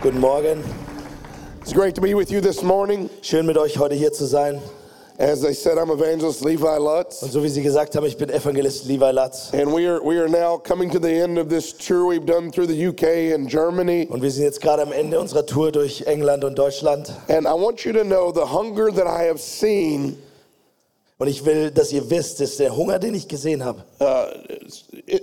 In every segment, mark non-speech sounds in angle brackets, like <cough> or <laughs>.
Guten Morgen. It's great to be with you this morning. Schön mit euch heute hier zu sein. As they said, I'm evangelist Levi Lutz, Und so wie Sie gesagt haben, ich bin Evangelist Levi Latz. and we are we are now coming to the end of this tour we've done through the UK and Germany. Und wir sind jetzt gerade am Ende unserer Tour durch England und Deutschland. And I want you to know the hunger that I have seen. Und ich will, dass ihr wisst, dass der Hunger, den ich gesehen habe, Uh,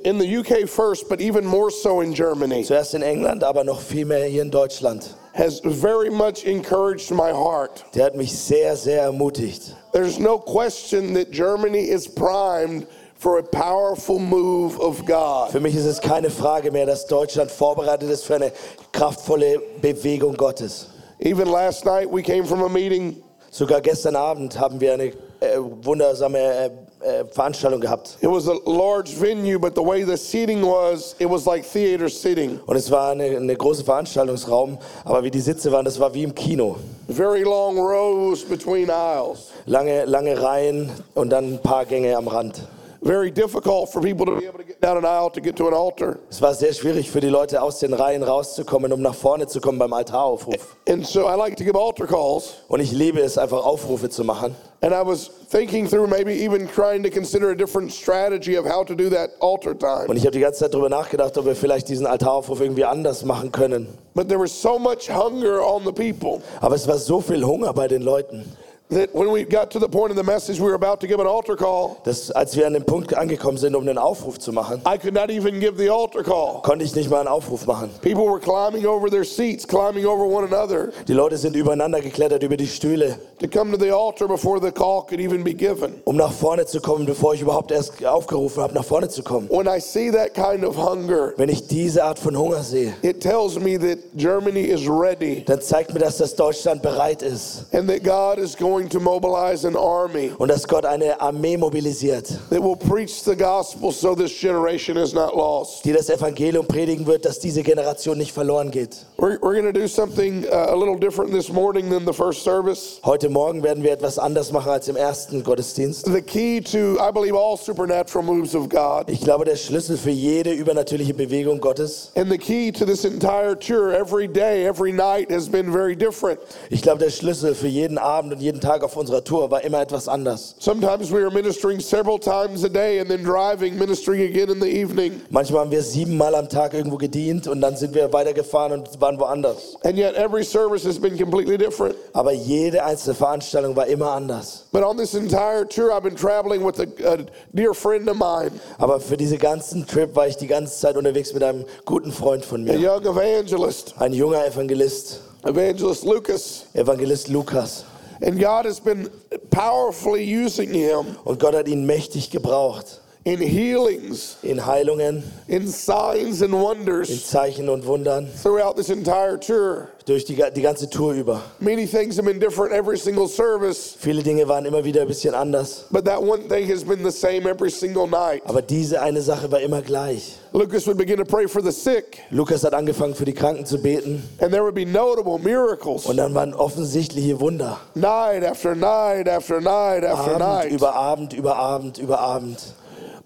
in the UK first, but even more so in Germany, zuerst in England, aber noch viel mehr hier in Deutschland, has very much encouraged my heart. der hat mich sehr, sehr ermutigt. There's no question that Germany is primed for a powerful move of God. Für mich ist es keine Frage mehr, dass Deutschland vorbereitet ist für eine kraftvolle Bewegung Gottes. Even last night, we came from a meeting. Sogar gestern Abend haben wir eine äh, wundersame äh, äh, Veranstaltung gehabt. It was a large venue, but the way the seating was, it was like theater seating. Und es war eine, eine große Veranstaltungsraum, aber wie die Sitze waren, das war wie im Kino. Very long rows between aisles. Lange, lange Reihen und dann ein paar Gänge am Rand. Very difficult for people to be able to get down an aisle to get to an altar. Es war sehr schwierig für die Leute aus den Reihen rauszukommen, um nach vorne zu kommen beim Altaraufruf. And so I like to give altar calls. Und ich liebe es, einfach Aufrufe zu machen. And I was thinking through maybe even trying to consider a different strategy of how to do that altar Und time. ich habe die ganze Zeit darüber nachgedacht, ob wir vielleicht diesen Altaraufruf irgendwie anders machen können. But there was so much hunger on the people Aber es war so viel Hunger bei den Leuten, that when we got to the point of the message, we were about to give an altar call. dass als wir an dem Punkt angekommen sind, um den Aufruf zu machen, I could not even give the altar call. konnte ich nicht mal einen Aufruf machen. People were climbing over their seats, climbing over one another. Die Leute sind übereinander geklettert über die Stühle, to come to the altar before the call could even be given. um nach vorne zu kommen, bevor ich überhaupt erst aufgerufen habe, nach vorne zu kommen. When I see that kind of hunger, Wenn ich diese Art von Hunger sehe, it tells me that Germany is ready dann zeigt mir das, dass Deutschland bereit ist and that God is going to mobilize an army und dass Gott eine Armee mobilisiert, that will preach the gospel so this generation is not lost. die das Evangelium predigen wird, dass diese Generation nicht verloren geht. We're, we're going to do something uh, a little different this morning than the first service. Heute Morgen werden wir etwas anders machen als im ersten Gottesdienst. The key to, I believe, all supernatural moves of God Ich glaube, der Schlüssel für jede übernatürliche Bewegung Gottes, and the key to this entire tour every day, every night has been very different. ich glaube, der Schlüssel für jeden Abend und jeden Tag auf unserer Tour war immer etwas anders. Sometimes we are ministering several times a day and then driving, ministering again in the evening. Manchmal haben wir siebenmal am Tag irgendwo gedient und dann sind wir weitergefahren und waren woanders. And yet every service has been completely different. Aber jede einzelne Veranstaltung war immer anders. But on this entire tour, I've been traveling with a, a dear friend of mine, Aber für diesen ganzen Trip war ich die ganze Zeit unterwegs mit einem guten Freund von a mir. young evangelist, Ein junger Evangelist, Evangelist Lucas. Evangelist Lukas. And God has been powerfully using him Und Gott hat ihn mächtig gebraucht. in healings, In Heilungen, in signs and in wonders Zeichen und Wundern, throughout this entire tour. durch die, ga- die ganze Tour über. Many things have been different every single service, Viele Dinge waren immer wieder ein bisschen anders. but that one thing has been the same every single night. Aber diese eine Sache war immer gleich. Lucas would begin to pray for the sick. Lukas hat angefangen, für die Kranken zu beten. And there would be notable miracles Und dann waren offensichtliche Wunder. night after night after night after Abend night. über Abend, über Abend, über Abend.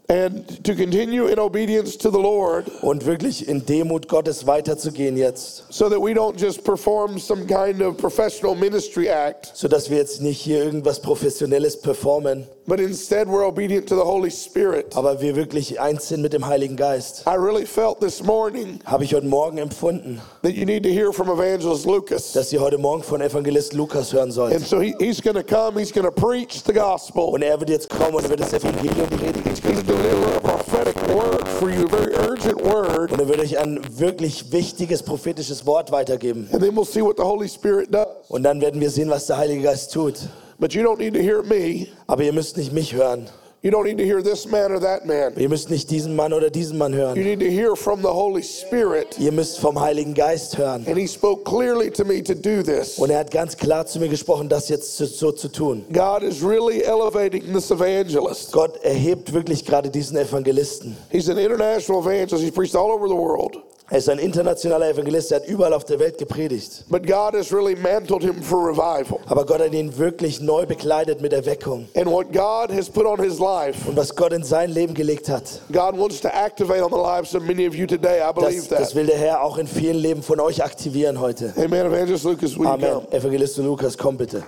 And to continue in obedience to the Lord Und wirklich in Demut Gottes weiterzugehen jetzt. so that we don't just perform some kind of professional ministry act, so dass wir jetzt nicht hier irgendwas professionelles performen, but instead we're obedient to the Holy Spirit. aber wir wirklich eins sind mit dem Heiligen Geist. I really felt this morning Habe ich heute Morgen empfunden, that you need to hear from Evangelist Lucas. dass ihr heute Morgen von Evangelist Lukas hören And sollt. so he, he's going to come, he's going to preach the gospel. Und er wird jetzt kommen und wird das Evangelium predigen. He's going to deliver a prophetic word for you, a very urgent word. Und er wird euch ein wirklich wichtiges prophetisches Wort weitergeben. And then we'll see what the Holy Spirit does. Und dann werden wir sehen, was der Heilige Geist tut. But you don't need to hear me. Aber ihr müsst nicht mich hören. You don't need to hear this man or that man. Ihr müsst nicht diesen Mann oder diesen Mann You hören. need to hear from the Holy Spirit. Ihr müsst vom Heiligen Geist hören. And he spoke clearly to me to do this. Und er hat ganz klar zu mir gesprochen, das jetzt zu- so zu tun. God is really elevating this evangelist. Gott erhebt wirklich gerade diesen Evangelisten. He's an international evangelist. He's preached all over the world. Er ist ein internationaler Evangelist, er hat überall auf der Welt gepredigt. But God has really mantled him for revival. Aber Gott hat ihn wirklich neu bekleidet mit Erweckung. And what God has put on his life, Und was Gott in sein Leben gelegt hat, God wants to activate on the lives of many of you today. I das, believe das that. will der Herr auch in vielen Leben von euch aktivieren heute. Amen. Evangelist Lucas, will you Amen. come? Evangelist Lukas, komm bitte.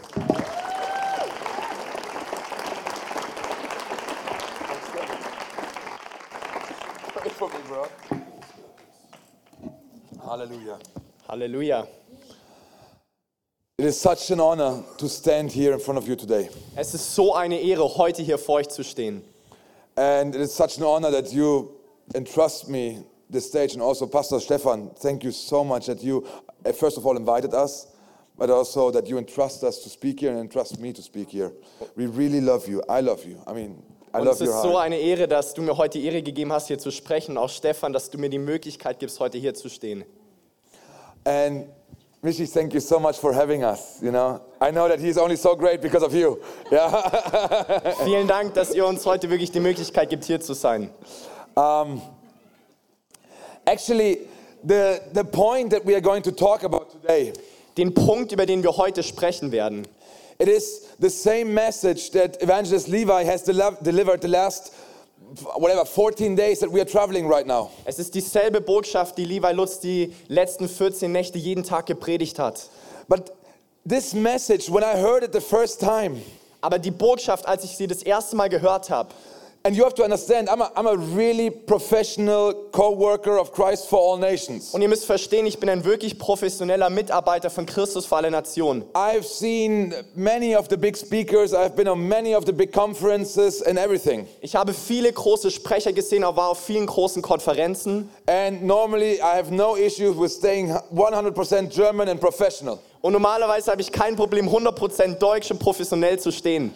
Pray for me, bro. Hallelujah. Halleluja. It is such an honor to stand here in front of you today. Es ist so eine Ehre, heute hier vor euch zu stehen. And it is such an honor that you entrust me this stage and also Pastor Stefan, thank you so much that you uh, first of all invited us, but also that you entrust us to speak here and entrust me to speak here. We really love you. I love you. I mean, I Und love es your ist so heart. eine Ehre, dass du mir heute die Ehre gegeben hast, hier zu sprechen. Und Auch Stefan, dass du mir die Möglichkeit gibst, heute hier zu stehen. And Michi, thank you so much for having us. You know, I know that he's only so great because of you. <laughs> Yeah. <laughs> Vielen Dank, dass ihr uns heute wirklich die Möglichkeit gibt, hier zu sein. Actually, the the point that we are going to talk about today Den Punkt, über den wir heute sprechen werden, It is the same message that Evangelist Levi has deli- delivered the last, whatever, 14 days that we are traveling right now. es ist dieselbe Botschaft, die Levi Lutz die letzten 14 Nächte jeden Tag gepredigt hat. But this message, when I heard it the first time, Aber die Botschaft, als ich sie das erste Mal gehört habe, and you have to understand, I'm a, I'm a really professional co worker of Christ for all nations. und ihr müsst verstehen, ich bin ein wirklich professioneller Mitarbeiter von Christus für alle Nationen. I've seen many of the big speakers, I've been on many of the big conferences and everything. Ich habe viele große Sprecher gesehen, aber war auf vielen großen Konferenzen. And normally, I have no issues with staying 100% German and professional. Und normalerweise habe ich kein Problem, 100% deutsch und professionell zu stehen.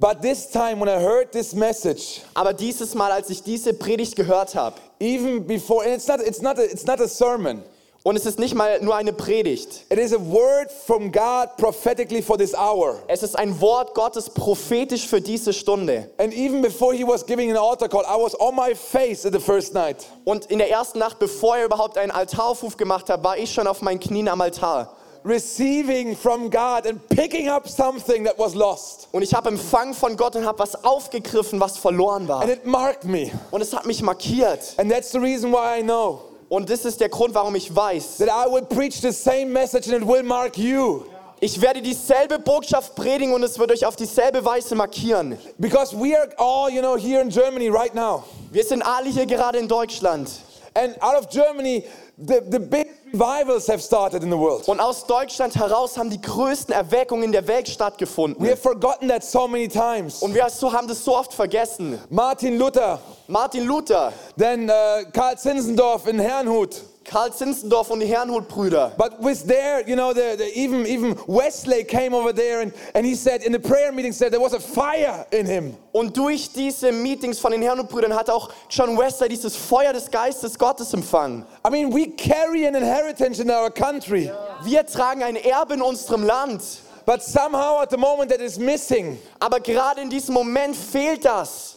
But this time, when I heard this message, Aber dieses Mal, als ich diese Predigt gehört habe, even before and it's not it's not a, it's not a sermon und es ist nicht mal nur eine Predigt, it is a word from god prophetically for this hour es ist ein Wort Gottes prophetisch für diese Stunde. and even before he was giving an altar call i was on my face at the first night Und in der ersten Nacht, bevor er überhaupt einen Altaraufruf gemacht hat, war ich schon auf meinen Knien am Altar. receiving from god and picking up something that was lost Und ich habe empfangen von Gott und habe was aufgegriffen, was verloren war. and it marked me Und es hat mich markiert. and that's the reason why i know Und das ist der Grund, warum ich weiß, that i will preach the same message and it will mark you Ich werde dieselbe Botschaft predigen und es wird euch auf dieselbe Weise markieren. because we are all you know here in germany right now Wir sind alle hier gerade in Deutschland. and out of germany the, the big revivals have started in the world Und aus Deutschland heraus haben die größten Erweckungen der Welt stattgefunden. we have forgotten that so many times und wir so haben das so oft vergessen. Martin Luther, Martin Luther, then uh, Karl Zinzendorf in Herrnhut. Karl Zinzendorf und die Herrnhut-Brüder. But with there, you know, the, the, even, even Wesley came over there and, and he said in the prayer meeting said there was a fire in him. Und durch diese Meetings von den Herrnhut-Brüdern hat auch John Wesley dieses Feuer des Geistes Gottes empfangen. I mean, we carry an inheritance in our country, Wir tragen ein Erbe in unserem Land. but somehow at the moment that is missing Aber gerade in diesem Moment fehlt das.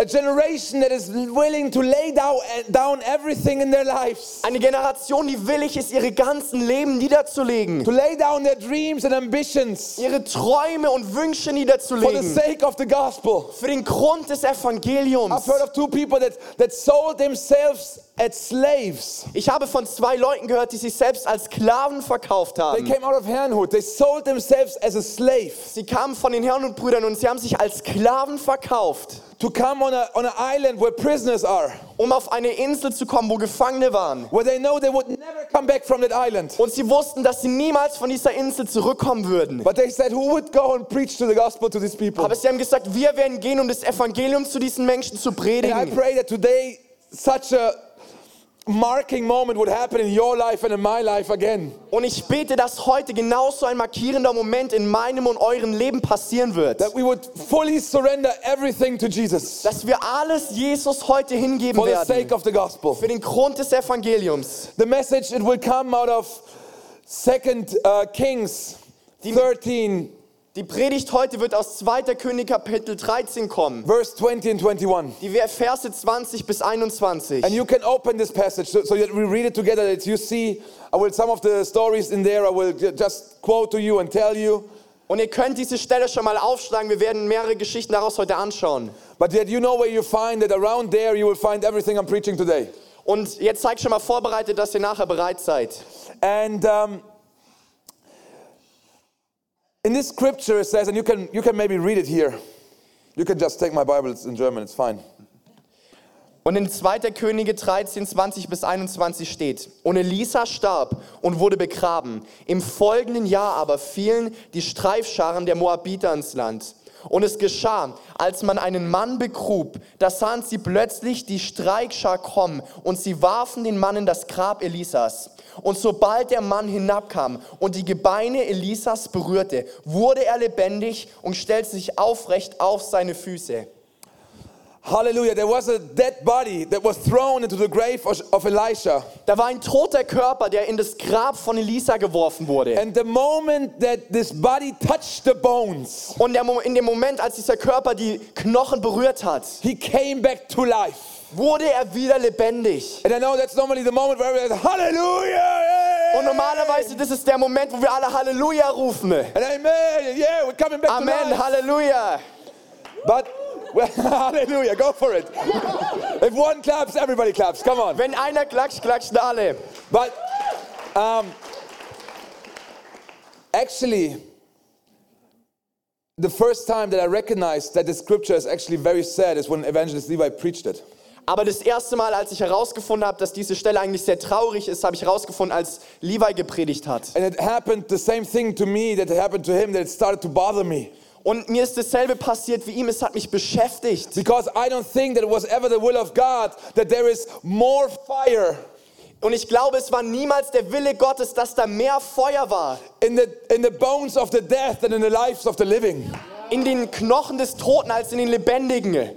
a generation that is willing to lay down, eh, down everything in their lives, Eine Generation, die willig ist, ihre ganzen Leben niederzulegen, to lay down their dreams and ambitions ihre Träume und Wünsche for the niederzulegen, sake of the gospel. für den Grund des I've Evangeliums. heard of two people that, that sold themselves as slaves. Ich habe von zwei Leuten gehört, die sich selbst als Sklaven verkauft They haben. came out of Herrnhut. They sold themselves as a slave Sie kamen von den Herren und Brüdern und sie haben sich als Sklaven verkauft, to come on, a, on an island where prisoners are, um auf eine Insel zu kommen, wo Gefangene waren. where they know they would never come back from that island. Und sie wussten, dass sie niemals von dieser Insel zurückkommen würden. But they said, Who would go and preach to the gospel to these people? Aber sie haben gesagt, wir werden gehen, um das Evangelium zu diesen Menschen zu And I predigen. pray that today such a marking moment would happen in your life and in my life again. Und ich bete, dass heute genauso ein markierender Moment in meinem und eurem Leben passieren wird. That we would fully surrender everything to Jesus Dass wir alles Jesus heute hingeben for the sake werden. of the gospel. Für den Grund des Evangeliums. The message, it will come out of Second uh, Kings 13 Die Predigt heute wird aus 2. König Kapitel 13 kommen. verse 20 and 21. Die Verse 20 bis 21. And you can open this passage so, so that we read it together. That you see, I will some of the stories in there. I will ju- just quote to you and tell you, Und ihr könnt diese Stelle schon mal aufschlagen. Wir werden mehrere Geschichten daraus heute anschauen. but that you know where you find it. Around there, you will find everything I'm preaching today. Und jetzt seid schon mal vorbereitet, dass ihr nachher bereit seid. And um, in this scripture, it says, and you can you can maybe read it here. You can just take my Bible. It's in German. It's fine. Und in 2. Könige 13, 20 bis 21 steht, und Elisa starb und wurde begraben. Im folgenden Jahr aber fielen die Streifscharen der Moabiter ins Land. Und es geschah, als man einen Mann begrub, da sahen sie plötzlich die Streikschar kommen und sie warfen den Mann in das Grab Elisas. Und sobald der Mann hinabkam und die Gebeine Elisas berührte, wurde er lebendig und stellte sich aufrecht auf seine Füße. Hallelujah. There was a dead body that was thrown into the grave of, of Elisha. Da war ein toter Körper, der in das Grab von Elisa geworfen wurde. And the moment that this body touched the bones, Und der, Mo- in dem Moment, als dieser Körper die Knochen berührt hat, he came back to life. wurde er wieder lebendig. And I know that's normally the moment where everybody says, Hallelujah! Und normalerweise, das ist der Moment, wo wir alle Halleluja rufen. And amen, and yeah, we're coming back to Amen, life. Halleluja. But, well, <laughs> hallelujah, go for it. if one claps, everybody claps, come on. Wenn einer klatscht, klatschen alle. But, um, actually, the first time that I recognized that the scripture is actually very sad is when Evangelist Levi preached it. Aber das erste Mal, als ich herausgefunden habe, dass diese Stelle eigentlich sehr traurig ist, habe ich herausgefunden, als Levi gepredigt hat. And it happened the same thing to me that happened to him that it started to bother me. Und mir ist dasselbe passiert wie ihm, es hat mich beschäftigt. Because I don't think that it was ever the will of God that there is more fire Und ich glaube, es war niemals der Wille Gottes, dass da mehr Feuer war. in the, in the bones of the death than in the lives of the living. In den Knochen des Toten als in den Lebendigen.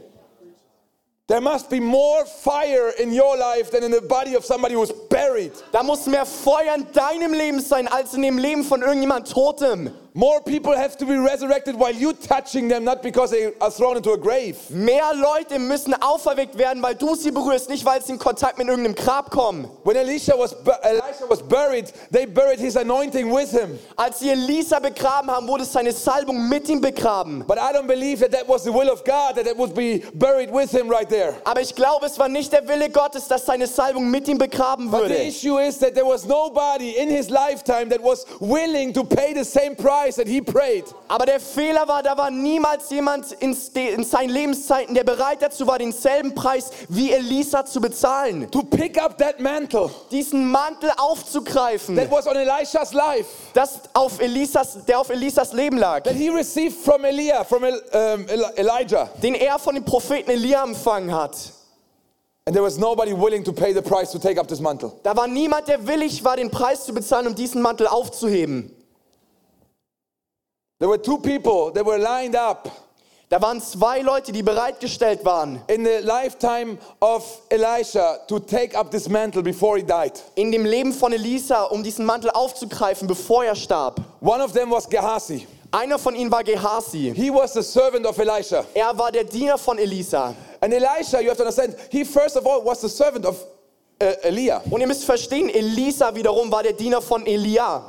There must be more fire in your life than in the body of somebody who's buried. Da muss mehr Feuer in deinem Leben sein, als in dem Leben von irgendjemand Totem. More people have to be resurrected while you touching them, not because they are thrown into a grave. Mehr Leute müssen auferweckt werden, weil du sie berührst, nicht weil sie in Kontakt mit irgendeinem Grab kommen. When Elisha was, bu- Elisha was buried, they buried his anointing with him. Als sie Elisa begraben haben, wurde seine Salbung mit ihm begraben. But I don't believe that that was the will of God, that it would be buried with him right there. Aber ich glaube, es war nicht der Wille Gottes, dass seine Salbung mit ihm begraben But the würde. issue is that there was nobody in his lifetime that was willing to pay the same price that he prayed. Aber der Fehler war, da war niemals jemand ins, de- in seinen Lebenszeiten, der bereit dazu war, denselben Preis wie Elisa zu bezahlen. To pick up that mantle Diesen Mantel aufzugreifen, that was on Elisha's life, das auf Elisas, der auf Elisas Leben lag. that he received from Elia, from El- um, Eli- Elijah. Den er von dem Propheten Elia empfangen hat. And there was nobody willing to pay the price to take up this mantle. Da war niemand, der willig war, den Preis zu bezahlen, um diesen Mantel aufzuheben. There were two people that were lined up Da waren zwei Leute, die bereitgestellt waren, in the lifetime of Elisha to take up this mantle before he died. in dem Leben von Elisa, um diesen Mantel aufzugreifen, bevor er starb. One of them was Gehazi. Einer von ihnen war Gehasi. He was the servant of Elisha. Er war der Diener von Elisa. And Elisha, you have to understand, he first of all was the servant of uh, Elia. Und ihr müsst verstehen, Elisa wiederum war der Diener von Elia.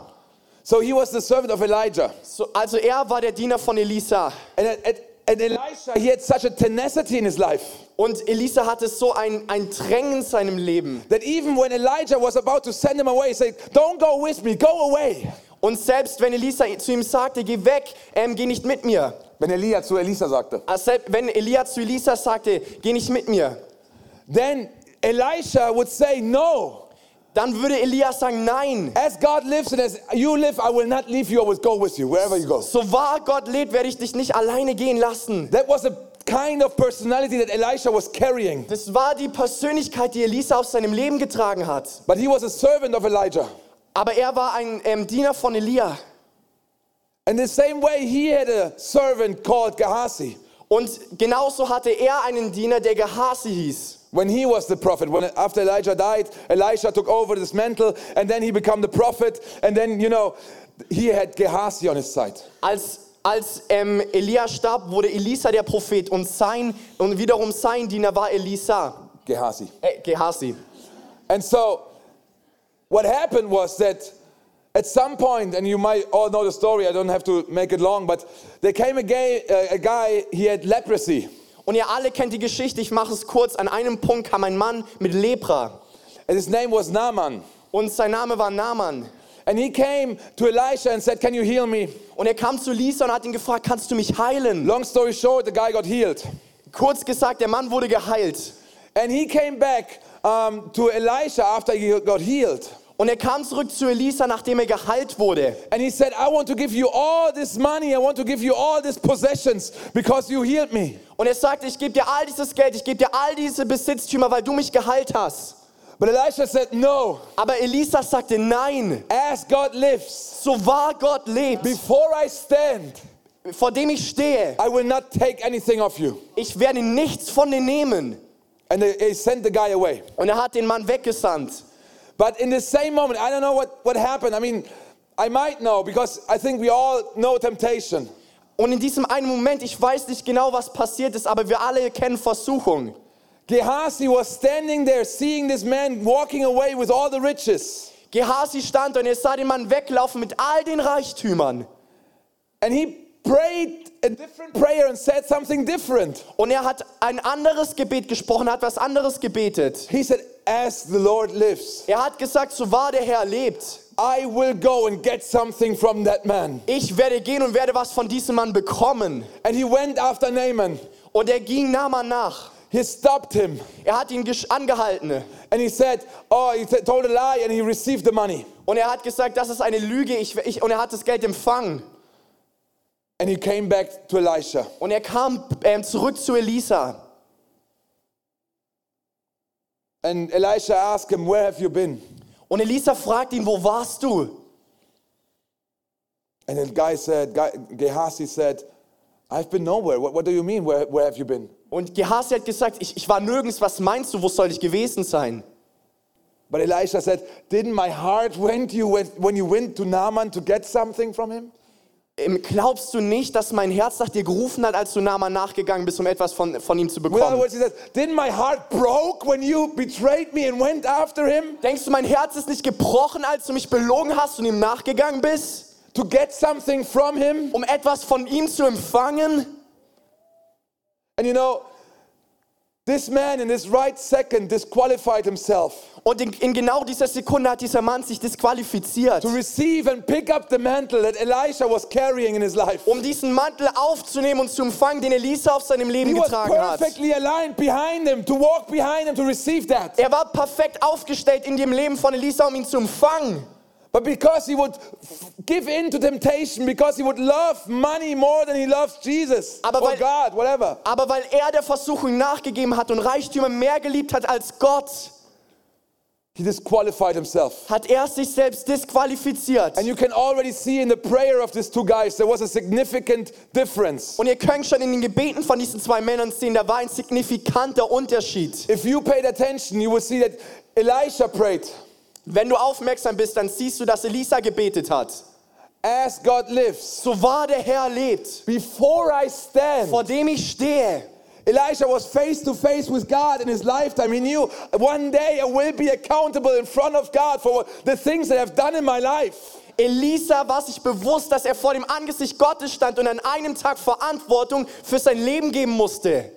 So he was the servant of Elijah. So, also er war der Diener von Elisa. And, and, and Elisha, he had such a tenacity in his life Und Elisa hatte so ein, ein Drängen in seinem Leben. that even when Elijah was about to send him away, he said, Don't go with me, go away. Und selbst wenn Elisa zu ihm sagte, geh weg, ähm, geh nicht mit mir. Wenn Elia zu Elisa sagte. Also selbst wenn Elia zu Elisa sagte, geh nicht mit mir, Then Elisha would say, No, dann würde Elia sagen, nein. as God lives and as you live, I will not leave you, I will go with you, wherever you go. So wahr Gott lebt, werde ich dich nicht alleine gehen lassen. That was a kind of personality that Elisha was carrying. Das war die Persönlichkeit, die Elisa aus seinem Leben getragen hat. But he was a servant of Elijah. Aber er war ein ähm, Diener von Elia. And the same way he had a servant called Gehazi Und genauso hatte er einen Diener, der Gehasi hieß. when he was the prophet. When after Elijah died, Elisha took over this mantle and then he became the prophet. And then, you know, he had Gehazi on his side. Als Als ähm, Elia starb, wurde Elisa der Prophet und sein und wiederum sein Diener war Elisa, Gehazi. äh, Gehasi. And so, what happened was that at some point, and you might all know the story, I don't have to make it long, but there came a, gay, uh, a guy, he had leprosy. Und ihr alle kennt die Geschichte, ich mache es kurz. An einem Punkt kam ein Mann mit Lepra And his name was Naaman. und sein Name war Naaman. And he came to Elisha and said, Can you heal me? Und er kam zu Lisa und hat ihn gefragt, kannst du mich heilen? Long story short, the guy got healed. Kurz gesagt, der Mann wurde geheilt. And he came back um, to Elisha after he got healed. Und er kam zurück zu Elisa, nachdem er geheilt wurde. And he said, I want to give you all this money. I want to give you all these possessions because you healed me. Und er sagte, ich gebe dir all dieses Geld, ich gebe dir all diese Besitztümer, weil du mich geheilt hast. But Elisha said, No, Aber Elisa sagte, nein, as God lives, so wahr Gott lebt, before I stand, vor dem ich stehe, I will not take anything of you. ich werde nichts von dir nehmen. And they, they sent the guy away. Und er hat den Mann weggesandt. But in the same moment, I don't know what, what happened. I mean, I might know because I think we all know temptation. Und in diesem einen Moment, ich weiß nicht genau, was passiert ist, aber wir alle kennen Versuchung. Gehazi was standing there seeing this man walking away with all the riches. Gehasi stand und er sah den Mann weglaufen mit all den Reichtümern. And he prayed a different prayer and said something different. Und er hat ein anderes Gebet gesprochen, hat was anderes gebetet. He said, As the Lord lives, Er hat gesagt, so wahr der Herr lebt, I will go and get something from that man. ich werde gehen und werde was von diesem Mann bekommen. And he went after Naaman. Und er ging Naaman nach. He stopped him Er hat ihn gesch- angehalten. and he said, Oh, he said- told a lie and he received the money. Und er hat gesagt, das ist eine Lüge. Ich, ich, und er hat das Geld empfangen. And he came back to Elisha. Und er kam ähm, zurück zu Elisa. And Elisha asked him, Where have you been? Und Elisa fragt ihn, wo warst du? And the guy said, guy, Gehazi said, I've been nowhere. What, what do you mean? Where, where have you been? Und Gehasi hat gesagt, ich, ich war nirgends. Was meinst du, wo soll ich gewesen sein? But Elisha said, Didn't my heart went you when, when you went to Naaman to get something from him? Ähm, glaubst du nicht, dass mein Herz nach dir gerufen hat, als du Naaman nachgegangen bist, um etwas von, von ihm zu In other bekommen? words, he says, Didn't my heart broke when you betrayed me and went after him Denkst du, mein Herz ist nicht gebrochen, als du mich belogen hast und ihm nachgegangen bist, to get something from him? um etwas von ihm zu empfangen? And you know, this man in this right second disqualified himself Und in, in genau dieser Sekunde hat dieser Mann sich disqualifiziert, to receive and pick up the mantle that Elisha was carrying in his life. um diesen Mantel aufzunehmen und zu empfangen, den Elisa auf seinem He Leben was getragen hat. perfectly aligned behind him, to walk behind him, to receive that. Er war perfekt aufgestellt in dem Leben von Elisa, um ihn zu empfangen. But because he would f- give in to temptation, because he would love money more than he loves Jesus Aber or weil- God, whatever, Aber weil er der Versuchung nachgegeben hat und Reichtümer mehr geliebt hat als Gott, he disqualified himself. hat er sich selbst disqualifiziert. And you can already see in the prayer of these two guys, there was a significant difference. Und ihr könnt schon in den Gebeten von diesen zwei Männern sehen, da war ein signifikanter Unterschied. If you paid attention, you will see that Elisha prayed, Wenn du aufmerksam bist, dann siehst du, dass Elisa gebetet hat. As God lives, So wahr der Herr lebt, before I stand. vor dem ich stehe. Elisha was face to face with God in his lifetime. He knew one day I will be accountable in front of God for the things that I've done in my life. Elisa war sich bewusst, dass er vor dem Angesicht Gottes stand und an einem Tag Verantwortung für sein Leben geben musste.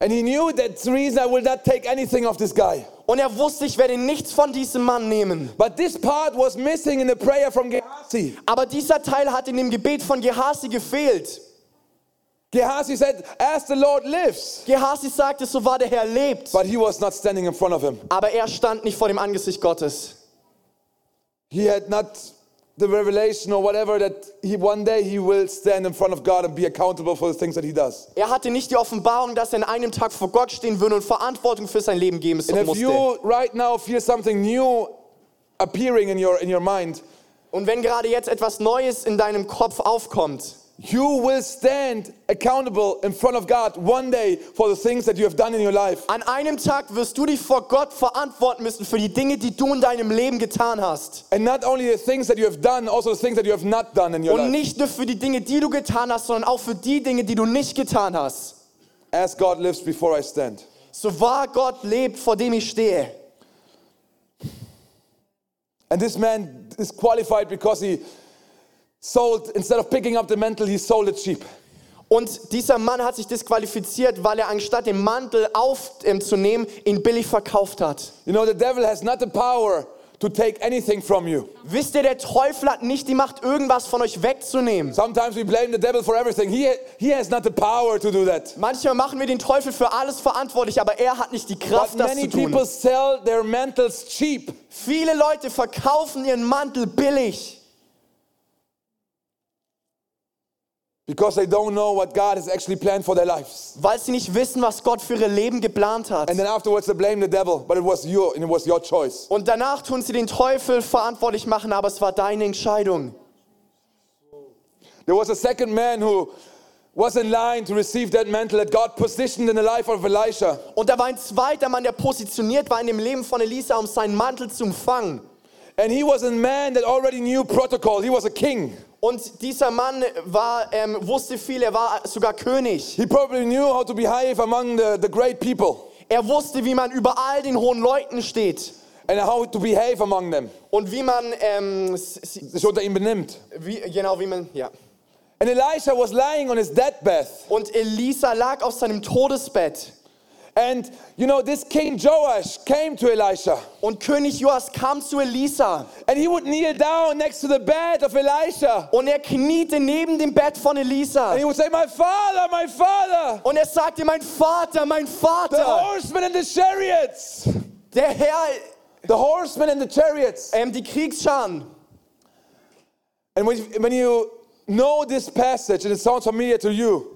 And he knew that's the reason I will not take anything of this guy. Und er wusste, ich werde nichts von diesem Mann nehmen. But this part was missing in the prayer from Gehazi. Aber dieser Teil hat in dem Gebet von Gehasi gefehlt. Gehazi said, As the Lord lives. Gehasi sagte, so wahr der Herr lebt. But he was not standing in front of him. Aber er stand nicht vor dem Angesicht Gottes. He had not the revelation or whatever that he one day he will stand in front of God and be accountable for the things that he does. Er hatte nicht die Offenbarung, dass er an einem Tag vor Gott stehen würde und Verantwortung für sein Leben geben And if musste. you right now feel something new appearing in your in your mind, Und wenn gerade jetzt etwas Neues in deinem Kopf aufkommt, You will stand accountable in front of God one day for the things that you have done in your life. An einem Tag wirst du dich vor Gott verantworten müssen für die Dinge, die du in deinem Leben getan hast. And not only the things that you have done, also the things that you have not done in your Und life. nicht nur für die Dinge, die du getan hast, sondern auch für die Dinge, die du nicht getan hast. As God lives before I stand. So wahr Gott lebt, vor dem ich stehe. And this man is qualified because he sold, instead of picking up the mantle, he sold it cheap. Und dieser Mann hat sich disqualifiziert, weil er anstatt den Mantel aufzunehmen, ihn billig verkauft hat. You know, the devil has not the power to take anything from you. Wisst ihr, der Teufel hat nicht die Macht, irgendwas von euch wegzunehmen. Sometimes we blame the devil for everything. He, he has not the power to do that. Manchmal machen wir den Teufel für alles verantwortlich, aber er hat nicht die But Kraft, das many zu people tun. sell their mantles cheap. Viele Leute verkaufen ihren Mantel billig, Because they don't know what God has actually planned for their lives. weil sie nicht wissen, was Gott für ihr Leben geplant hat. And then afterwards they blame the devil, but it was you and it was your choice. Und danach tun sie den Teufel verantwortlich machen, aber es war deine Entscheidung. There was a second man who was in line to receive that mantle that God positioned in the life of Elisha. Und da war ein zweiter Mann, der positioniert war in dem Leben von Elisa, um seinen Mantel zu empfangen. And he was a man that already knew protocol. He was a king. Und dieser Mann war, ähm, wusste viel, er war sogar König. He probably knew how to behave among the, the great people Er wusste, wie man über all den hohen Leuten steht and how to behave among them. und wie man, ähm, s- s- Sich unter ihm benimmt. wie, genau wie man, ja. And Elisha was lying on his deathbed. Und Elisa lag auf seinem Todesbett. And you know, this King Joash came to Elisha. Und König Joas kam zu Elisa And he would kneel down next to the bed of Elisha. und er kniete neben dem Bett von Elisa. And he would say, My father, my father, Und er sagte, mein Vater, mein the Vater, horsemen and the chariots. der Herr, The horsemen and the chariots. ähm, die Kriegsscharen. And when you, when you know this passage, and it sounds familiar to you,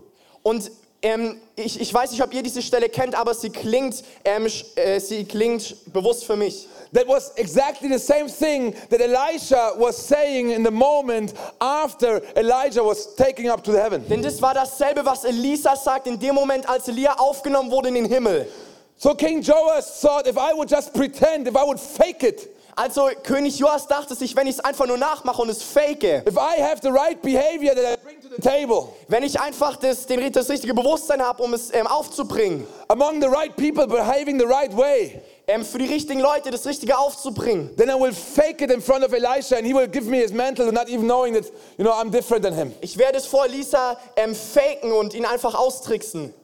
Und ähm, ich, ich weiß nicht, ob ihr diese Stelle kennt, aber sie klingt, ähm, sch- äh, sie klingt bewusst für mich. that was exactly the same thing that Elisha was saying in the moment after Elijah was taken up to the heaven. Denn das war dasselbe, was Elisa sagt in dem Moment, als Elia aufgenommen wurde in den Himmel. So King Joash thought, if I would just pretend, if I would fake it, Also König Joas dachte sich, wenn ich es einfach nur nachmache und es fake, if I have the right behavior that I bring to the table wenn ich einfach das, den, das richtige Bewusstsein habe, um es ähm, aufzubringen, among the right people, behaving the right way, ähm, für die richtigen Leute das Richtige aufzubringen. then I will fake it in front of Elisha and he will give me his mantle, not even knowing that, you know, I'm different than him. Ich werde es vor Elisa ähm, faken und ihn einfach austricksen.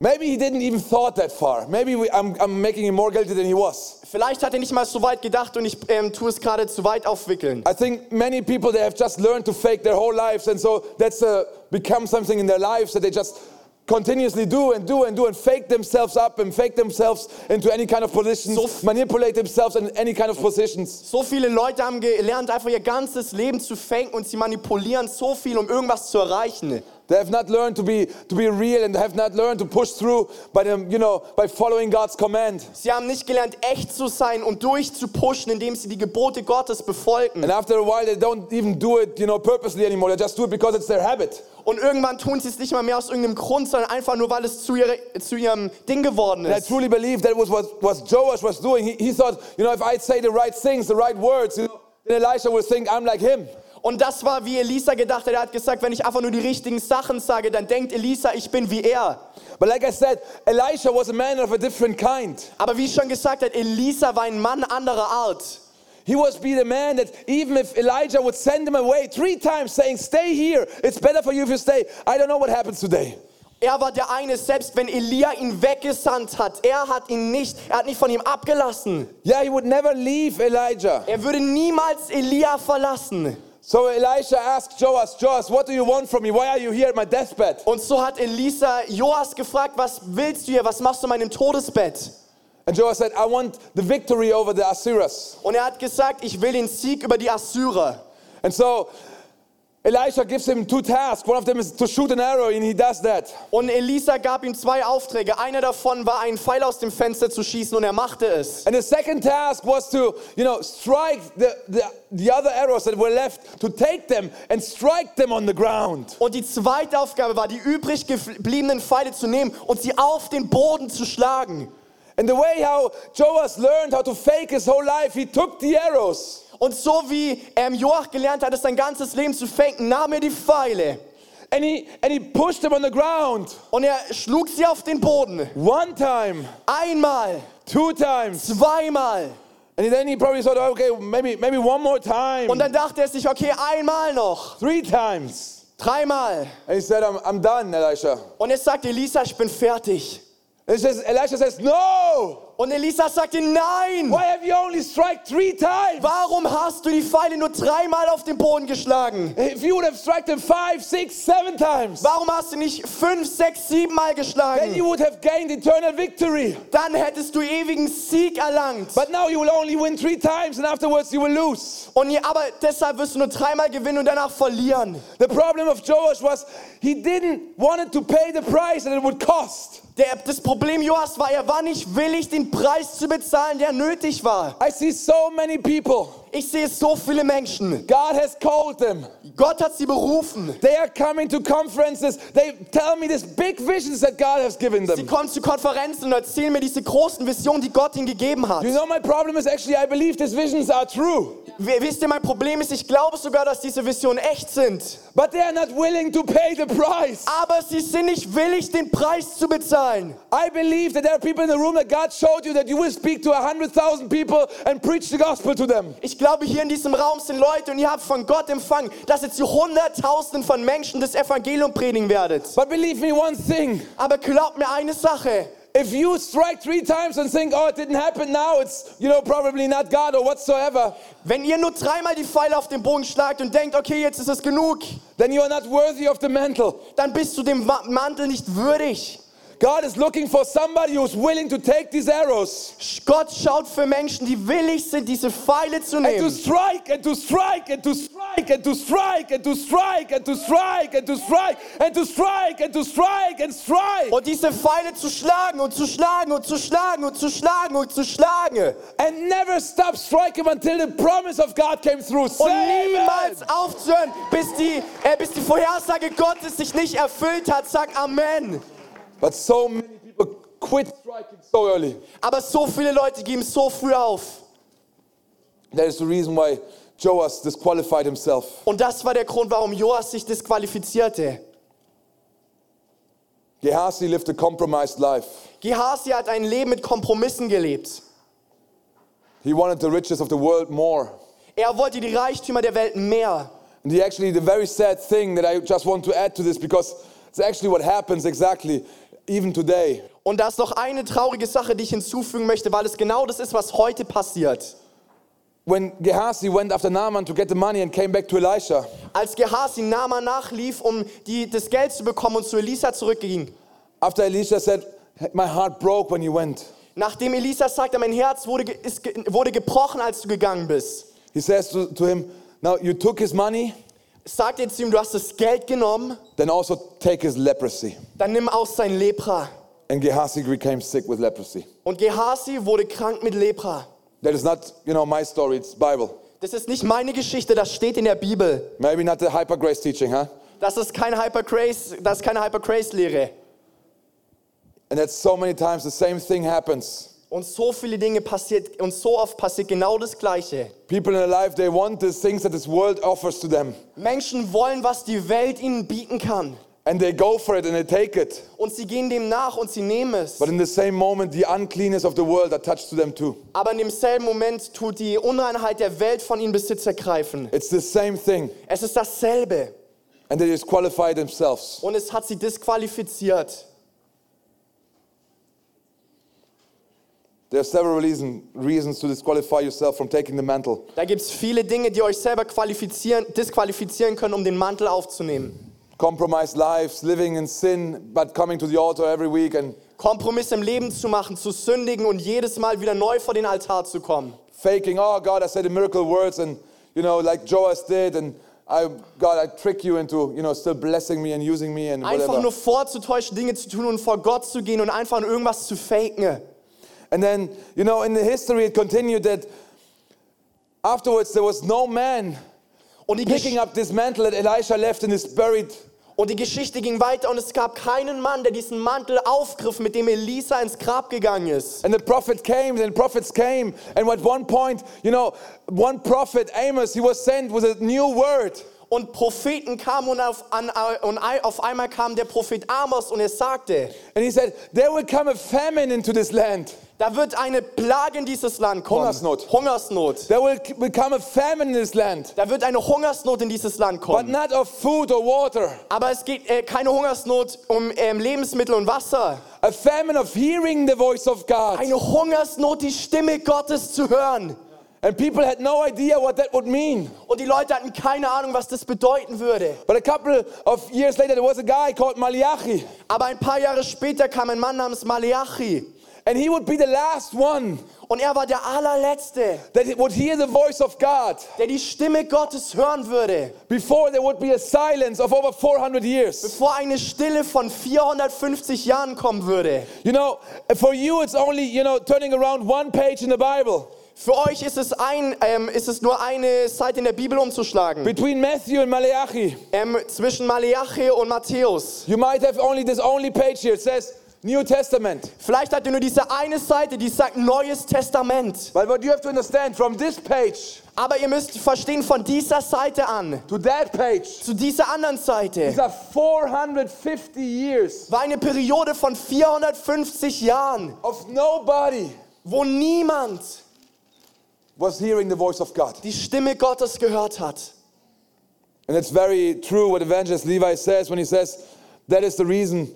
Maybe he didn't even thought that far. Maybe we, I'm, I'm making him more guilty than he was. Vielleicht hat er nicht mal so weit gedacht und ich ähm, tue es gerade zu weit aufwickeln. I think many people, they have just learned to fake their whole lives and so that's uh, become something in their lives that they just continuously do and do and do and fake themselves up and fake themselves into any kind of positions, So f- manipulate themselves in any kind of positions. So viele Leute haben gelernt, einfach ihr ganzes Leben zu faken und sie manipulieren so viel, um irgendwas zu erreichen. They have not learned to be to be real and have not learned to push through by the, you know by following God's command. Sie haben nicht gelernt, echt zu sein und durchzupushen, indem sie die Gebote Gottes befolgen. And after a while, they don't even do it you know purposely anymore. They just do it because it's their habit. Und irgendwann tun sie es nicht mal mehr aus irgendeinem Grund, sondern einfach nur, weil es zu, ihre, zu ihrem Ding geworden And I ist. truly believe that was what what Joash was doing. He, he thought you know if I say the right things, the right words, you know, then Elisha will think I'm like him. Und das war, wie Elisa gedacht hat. Er hat gesagt, wenn ich einfach nur die richtigen Sachen sage, dann denkt Elisa, ich bin wie er. But like I said, Elisha was a man of a different kind. Aber wie ich schon gesagt hat, Elisa war ein Mann anderer Art. He was be the man that even if Elijah would send him away three times, saying, "Stay here. It's better for you if you stay." I don't know what happens today. Er war der eine, selbst wenn Elia ihn weggesandt hat. Er hat ihn nicht, er hat nicht von ihm abgelassen. Yeah, he would never leave Elijah. Er würde niemals Elia verlassen. So Elisha asked Joas, Joas, what do you want from me? Why are you here at my deathbed? Und so hat Elisa Joas gefragt, was willst du hier, was machst du in meinem Todesbett? And Joas said, I want the victory over the Assyrians. Und er hat gesagt, ich will den Sieg über die Assyrer. And so Elisha gives him two tasks. One of them is to shoot an arrow, and he does that. Und Elisa gab ihm zwei Aufträge. Einer davon war, einen Pfeil aus dem Fenster zu schießen und er machte es. And the second task was to, you know, strike the, the, the other arrows that were left, to take them and strike them on the ground. Und die zweite Aufgabe war, die übrig gebliebenen Pfeile zu nehmen und sie auf den Boden zu schlagen. And the way how Joas learned how to fake his whole life, he took the arrows. Und so wie ähm, Joach gelernt hat, es sein ganzes Leben zu fängen, nahm er die Pfeile And he, and he pushed them on the ground. und er schlug sie auf den Boden. One time, Einmal, two times. zweimal. And then he probably thought, okay, maybe, maybe one more time. Und dann dachte er sich, okay, einmal noch, Three times. dreimal. And he said, I'm, I'm done, Elisha. Und er sagt Elisa, ich bin fertig. And says, Elisha says, No! Und Elisa sagte, nein, Why have you only struck three times? warum hast du die Pfeile nur dreimal auf den Boden geschlagen? If you would have struck them five, six, seven times, Warum hast du nicht fünf, sechs, sieben Mal then you geschlagen? would have gained eternal victory. Dann hättest du ewigen Sieg erlangt. But now you will only win three times and afterwards you will lose. Und je- aber deshalb wirst du nur dreimal gewinnen und danach verlieren. The problem of Joash was he didn't wanted to pay the price that it would cost. Der, das Problem Joas war, er war nicht willig, den Preis zu bezahlen, der nötig war. I see so many people. Ich sehe so viele Menschen. God has called them. Gott hat sie berufen. They are coming to conferences. They tell me these big visions that God has given Sie them. kommen zu Konferenzen und erzählen mir diese großen Visionen, die Gott ihnen gegeben hat. You know, my problem is actually I believe these visions are true, W- Wisst ihr, mein Problem ist, ich glaube sogar, dass diese Visionen echt sind. but they are not willing to pay the price. Aber sie sind nicht willig, den Preis zu bezahlen. I believe that there are people in the room that God showed you that you will speak to 100,000 people and preach the gospel to them. Ich glaube, hier in diesem Raum sind Leute und ihr habt von Gott empfangen, dass ihr zu Hunderttausenden von Menschen das Evangelium predigen werdet. But believe me one thing Aber glaubt mir eine Sache. if you strike three times and think, oh, it didn't happen now, it's, you know, probably not God or whatsoever, Wenn ihr nur dreimal die Pfeile auf den Bogen schlagt und denkt, okay, jetzt ist es genug, then you are not worthy of the mantle. dann bist du dem Ma- Mantel nicht würdig. God is looking for somebody who's willing to take these arrows Sch- Gott schaut für Menschen, die willig sind, diese Pfeile zu and to nehmen. strike and to strike and to strike and to strike and to strike and to strike and to strike and to strike and to strike and strike. Und diese Pfeile zu schlagen und zu schlagen und zu schlagen und zu schlagen und zu schlagen. and never stop striking until the promise of God came through. Und Say amen. niemals aufzuhören, bis die, äh, bis die Vorhersage Gottes sich nicht erfüllt hat. Sag Amen. But so many people quit striking so early. Aber so viele Leute geben so früh auf. That is the reason why Joas disqualified himself. Und das war der Grund, warum Joas sich disqualifizierte. Gehazi lived a compromised life. Gehasi hat ein Leben mit Kompromissen gelebt. He wanted the riches of the world more. Er wollte die Reichtümer der Welt mehr. And the, actually, the very sad thing that I just want to add to this because it's actually what happens exactly even today. Und da ist noch eine traurige Sache, die ich hinzufügen möchte, weil es genau das ist, was heute passiert. When Gehazi went after Naaman to get the money and came back to Elisha, Als Gehasi Nama nachlief, um die, das Geld zu bekommen und zu Elisa zurückging, after Elisha said, My heart broke when you went. nachdem Elisa sagte, mein Herz wurde, ge- ist, ge- wurde gebrochen, als du gegangen bist, He says to, to him, Now you took his money, sagte er zu ihm, du hast das Geld genommen, then also take his leprosy. dann nimm aus sein Lepra. And Gehazi became sick with leprosy. Und Gehasi wurde krank mit Lepra. That is not, you know, my story, it's Bible. Das ist nicht meine Geschichte, das steht in der Bibel. Maybe not the hyper grace teaching, huh? Das ist kein Hyper Grace, das ist keine Hyper Grace Lehre. And that so many times the same thing happens. Und so viele Dinge passiert und so oft passiert genau das Gleiche. People in their life, they want the things that this world offers to them. Menschen wollen, was die Welt ihnen bieten kann. And they go for it and they take it. Und sie gehen dem nach und sie nehmen es. But in the same moment, the uncleanness of the world attached to them too. Aber in demselben Moment tut die Unreinheit der Welt von ihnen Besitz ergreifen. It's the same thing. Es ist dasselbe. And they disqualify themselves. Und es hat sie disqualifiziert. There are several reason, reasons to disqualify yourself from taking the mantle. Da gibt es viele Dinge, die euch selber qualifizieren, disqualifizieren können, um den Mantel aufzunehmen. Compromised lives, living in sin, but coming to the altar every week and Kompromisse im Leben zu machen, zu sündigen und jedes Mal wieder neu vor den Altar zu kommen. faking, oh God, I said the miracle words, and you know, like Joas did, and I, God, I trick you into, you know, still blessing me and using me and Einfach nur whatever. vorzutäuschen, Dinge zu tun und vor Gott zu gehen und einfach nur irgendwas zu faken. And then, you know, in the history it continued that afterwards there was no man Und die, Gesch picking up this mantle that Elisha left and is buried. und die Geschichte ging weiter und es gab keinen Mann, der diesen Mantel aufgriff, mit dem Elisa ins Grab gegangen ist. And the prophet came, then prophets came. And at one point, you know, one prophet, Amos, he was sent with a new word. Und Propheten kamen und auf, an, und ei- auf einmal kam der Prophet Amos und er sagte, And he said, There will come a famine into this land. da wird eine Plage in dieses Land kommen. Hungersnot. Hungersnot. There will become a famine in this land, Da wird eine Hungersnot in dieses Land but kommen. not of food or water. Aber es geht äh, keine Hungersnot um ähm, Lebensmittel und Wasser. A famine of hearing the voice of God. Eine Hungersnot, die Stimme Gottes zu hören. And people had no idea what that would mean. Und die Leute hatten keine Ahnung, was das bedeuten würde. But a couple of years later, there was a guy called Malachi, Aber ein paar Jahre später kam ein Mann namens Maleachi. and he would be the last one Und er war der allerletzte, that would hear the voice of God der die Stimme Gottes hören würde, before there would be a silence of over 400 years. bevor eine Stille von 450 Jahren kommen würde. You know, for you, it's only, you know, turning around one page in the Bible. Für euch ist es, ein, ähm, ist es nur eine Seite in der Bibel umzuschlagen. Between Matthew and Malachi, Ähm, zwischen Maleachi und Matthäus. you might have only this only page here. It says New Testament. Vielleicht habt ihr nur diese eine Seite, die sagt Neues Testament. But what you have to understand from this page Aber ihr müsst verstehen, von dieser Seite an, to that page, zu dieser anderen Seite, these are 450 years war eine Periode von 450 Jahren, of nobody wo niemand was hearing the voice of God. die Stimme Gottes gehört hat. And it's very true what evangelist Levi says when he says that is the reason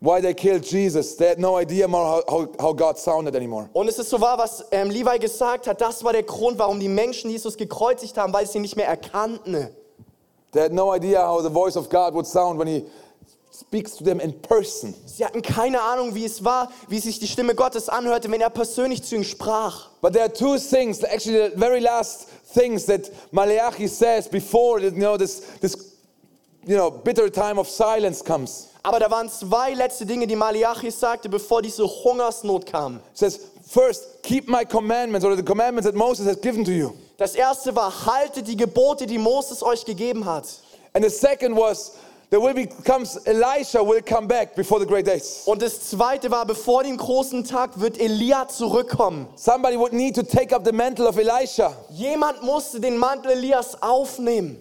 why they killed Jesus. They had no idea more how, how, how God sounded anymore. Und es ist so wahr, was ähm, Levi gesagt hat, das war der Grund, warum die Menschen Jesus gekreuzigt haben, weil sie ihn nicht mehr erkannten. They had no idea how the voice of God would sound when he speaks to them in person. Sie hatten keine Ahnung, wie es war, wie sich die Stimme Gottes anhörte, wenn er persönlich zu ihnen sprach. But there are two things, actually the very last things that Malachi says before you know, this, this you know, bitter time of silence comes. Aber da waren zwei letzte Dinge, die Malachi sagte, bevor diese Hungersnot kam. It says, first, keep my commandments or the commandments that Moses has given to you. Das erste war, haltet die Gebote, die Moses euch gegeben hat. And the second was, there will be comes Elisha will come back before the great days. Und das zweite war, bevor dem großen Tag wird Elia zurückkommen. Somebody would need to take up the mantle of Elisha. Jemand musste den Mantel Elias aufnehmen.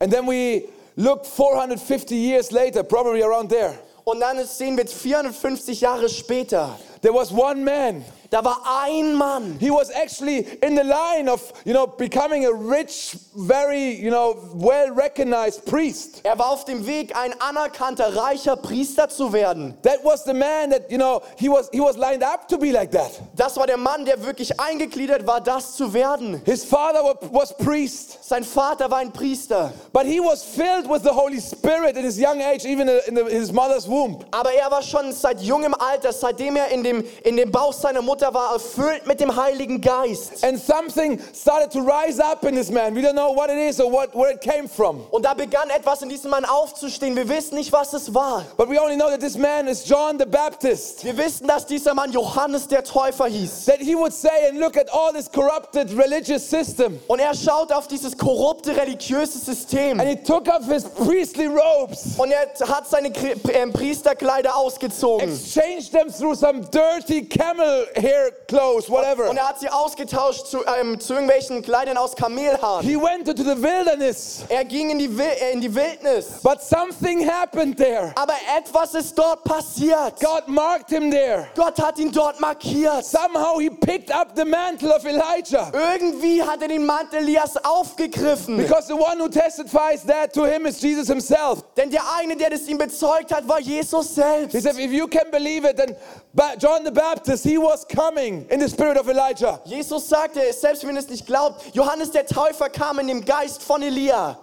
And then we look 450 years later, probably around there. Und dann sehen wir 450 Jahre später. There was one man. Da war ein Mann. He was actually in the line of, you know, becoming a rich, very, you know, well-recognized priest. Er war auf dem Weg, ein anerkannter, reicher Priester zu werden. That was the man that, you know, he was he was lined up to be like that. Das war der Mann, der wirklich eingegliedert war, das zu werden. His father wa- was priest, Sein Vater war ein Priester. but he was filled with the Holy Spirit in his young age, even in the- his mother's womb. Aber er war schon seit jungem Alter, seitdem er in dem, in dem Bauch seiner Mutter war, erfüllt mit dem Heiligen Geist. And something started to rise up in this man. We don't know what it is or what, where it came from. Und da begann etwas in diesem Mann aufzustehen. Wir wissen nicht, was es war. But we only know that this man is John the Baptist. Wir wissen, dass dieser Mann Johannes der Täufer hieß. That he would say and look at all this corrupted religious system. Und er schaut auf dieses korrupte religiöse System. And he took off his priestly robes, Und er hat seine Kri- ähm, Priesterkleider ausgezogen. exchanged them through some dirty camel hair clothes, whatever. Und er hat sie ausgetauscht zu, ähm, zu irgendwelchen Kleidern aus Kamelhaaren. He went into the wilderness, Er ging in die, Wil äh, in die Wildnis. but something happened there. Aber etwas ist dort passiert. God marked him there. Gott hat ihn dort markiert. Somehow he picked up the mantle of Elijah. Irgendwie hat er den Mantel Elias aufgegriffen. Because the one who testifies that to him is Jesus himself. Denn der eine, der das ihm bezeugt hat, war Jesus He selbst. said, if you can believe it, then Ba- John the Baptist, he was coming in the spirit of Elijah. Jesus sagte, selbst wenn ihr es nicht glaubt, Johannes der Täufer kam in dem Geist von Elia.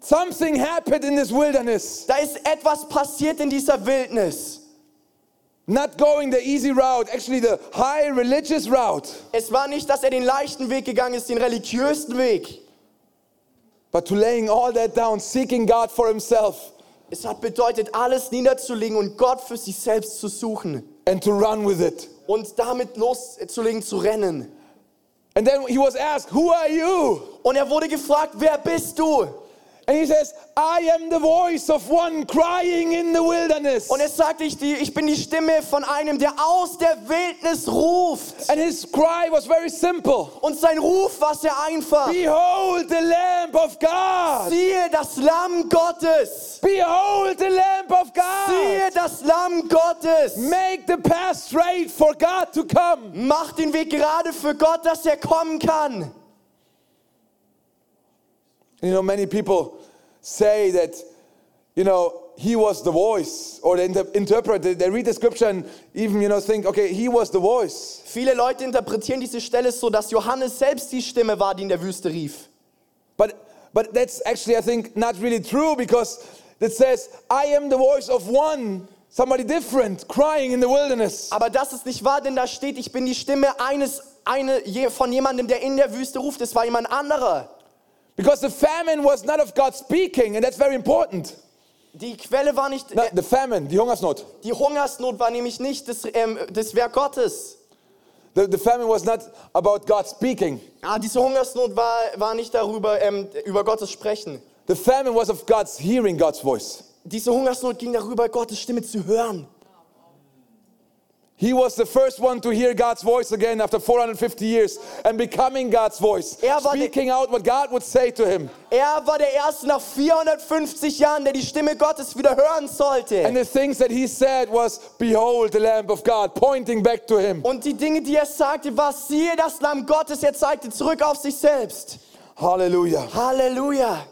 Something happened in this wilderness. Da ist etwas passiert in dieser Wildnis. Not going the easy route, actually the high religious route, Es war nicht, dass er den leichten Weg gegangen ist, den religiösen Weg. but to laying all that down, seeking God for himself Es hat bedeutet, alles niederzulegen und Gott für sich selbst zu suchen and to run with it. und damit loszulegen, zu rennen. And then he was asked, Who are you? Und er wurde gefragt, wer bist du? And he says, I am the voice of one crying in the wilderness. Und es sagte, ich, die, ich bin die Stimme von einem, der aus der Wildnis ruft. And his cry was very simple Und sein Ruf war sehr einfach. Behold the Lamb of God! Siehe das Lamm Gottes. Behold the Lamb of God! Siehe das Lamm Gottes. Make the path straight for God to come. Mach den Weg gerade für Gott, dass er kommen kann. You know, many people say that, you know, he was the voice or they inter- interpret, they, they read the scripture and even, you know, think, okay, he was the voice. Viele Leute interpretieren diese Stelle so, dass Johannes selbst die Stimme war, die in der Wüste rief. But, but that's actually, I think, not really true because it says, I am the voice of one, somebody different, crying in the wilderness. Aber das ist nicht wahr, denn da steht, ich bin die Stimme eines eine, je- von jemandem, der in der Wüste ruft. Es war jemand anderer. Because the famine was not of God speaking, and that's very important. Die Quelle war nicht, No, äh, the famine, die Hungersnot. die Hungersnot war nämlich nicht das, ähm, das Werk Gottes. The, the famine was not about God speaking. Ah, diese Hungersnot war, war nicht darüber, ähm, über Gottes Sprechen. The famine was of God's hearing God's voice. Diese Hungersnot ging darüber, Gottes Stimme zu hören. He was the first one to hear God's voice again after 450 years and becoming God's voice, Er war der- speaking out what God would say to him. Er war der Erste nach 450 Jahren, der die Stimme Gottes wieder hören sollte. And the things that he said was, Behold the Lamb of God, pointing back to him. Und die Dinge, die er sagte, war, siehe das Lamm Gottes, er zeigte zurück auf sich selbst. Hallelujah. Halleluja.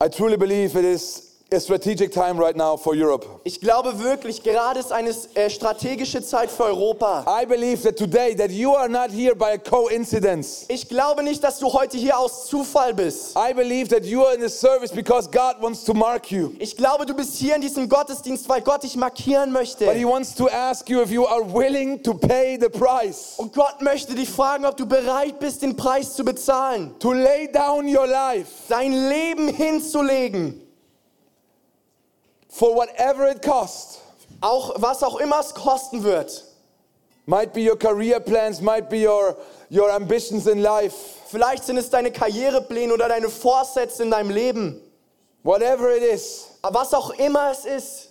I truly believe it is a strategic time right now for Europe. Ich glaube wirklich, gerade ist eine äh, strategische Zeit für Europa. I believe that today that you are not here by a coincidence. Ich glaube nicht, dass du heute hier aus Zufall bist. I believe that you are in this service because God wants to mark you. Ich glaube, du bist hier in diesem Gottesdienst, weil Gott dich markieren But he möchte. wants to ask you if you are willing to pay the price, Und Gott möchte dich fragen, ob du bereit bist, den Preis zu bezahlen. to lay down your life. Dein Leben hinzulegen. for whatever it costs. Auch was auch immer es kosten wird. Might be your career plans, might be your, your ambitions in life, Vielleicht sind es deine Karrierepläne oder deine Vorsätze in deinem Leben. whatever it is. Aber was auch immer es ist,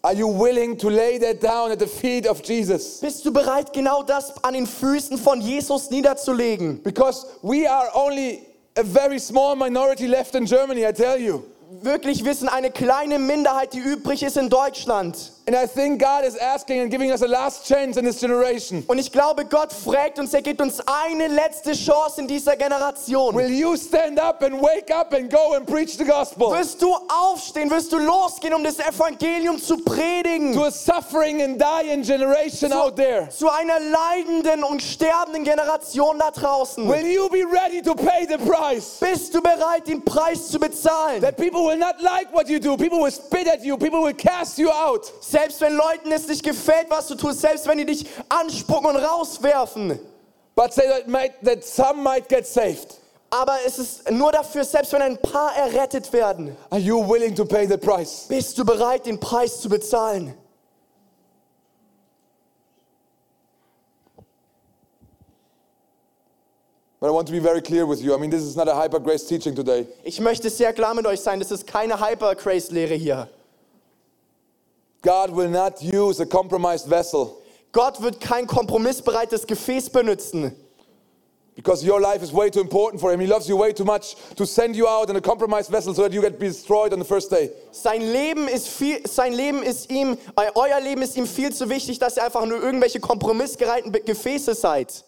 Are you willing to lay that down at the feet of Jesus? bist du bereit, genau das an den Füßen von Jesus niederzulegen? Because we are only a very small minority left in Germany, I tell you. Wirklich wissen, eine kleine Minderheit, die übrig ist in Deutschland. And I think God is asking and giving us a last chance in this generation. Und ich glaube, Gott fragt uns, er gibt uns eine letzte Chance in dieser Generation. Will you stand up and wake up and go and preach the gospel Wirst du aufstehen, wirst du losgehen, um das Evangelium zu predigen? to a suffering and dying generation out there? zu einer leidenden und sterbenden Generation da draußen. Will you be ready to pay the price? Bist du bereit, den Preis zu bezahlen? That people will not like what you do. People will spit at you. People will cast you out. Selbst wenn Leuten es nicht gefällt, was du tust, selbst wenn die dich anspucken und rauswerfen. But say that, might, that some might get saved. Aber es ist nur dafür, selbst wenn ein paar errettet werden, Are you willing to pay the price? bist du bereit, den Preis zu bezahlen? But I want to be very clear with you. I mean, this is not a hyper grace teaching today. Ich möchte sehr klar mit euch sein, das ist keine Hyper-Grace-Lehre hier. God will not use a compromised vessel Gott wird kein kompromissbereites Gefäß benutzen. because your life is way too important for Him. He loves you way too much to send you out in a compromised vessel so that you get destroyed on the first day. Sein Leben ist viel, sein Leben ist ihm, eu- euer Leben ist ihm viel zu wichtig, dass ihr einfach nur irgendwelche kompromissgereihten Be- Gefäße seid.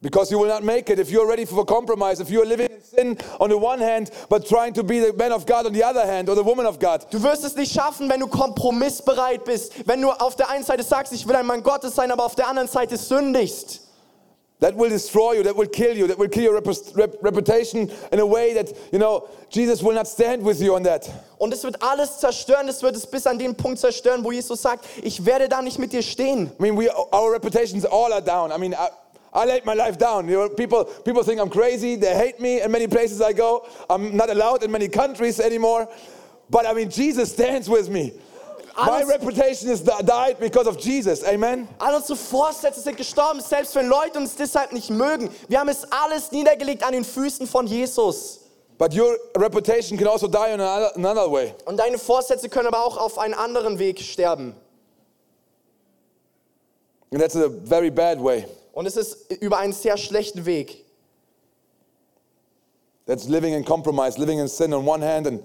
Because you will not make it if you're ready for compromise, if you're living in sin on the one hand, but trying to be the man of God on the other hand or the woman of God. Du wirst es nicht schaffen, wenn du kompromissbereit bist, wenn du auf der einen Seite sagst, ich will ein Mann Gottes sein, aber auf der anderen Seite sündigst. That will destroy you, that will kill you, that will kill your repus- rep- reputation in a way that, you know, Jesus will not stand with you on that. Und es wird alles zerstören, es wird es bis an den Punkt zerstören, wo Jesus sagt, ich werde da nicht mit dir stehen. I mean, we, our reputations all are down. I mean, I, I laid my life down. You know, people, people think I'm crazy. They hate me in many places I go. I'm not allowed in many countries anymore. But I mean, Jesus stands with me. My Alles- reputation is di- died because of Jesus. Amen. All unsere Vorsätze sind gestorben, selbst wenn Leute uns deshalb nicht mögen. Wir haben es alles niedergelegt an den Füßen von Jesus. But your reputation can also die in another, another way. Und deine Vorsätze können aber auch auf einen anderen Weg sterben. And that's a very bad way. Und es ist über einen sehr schlechten Weg. That's living in compromise, living in sin on one hand and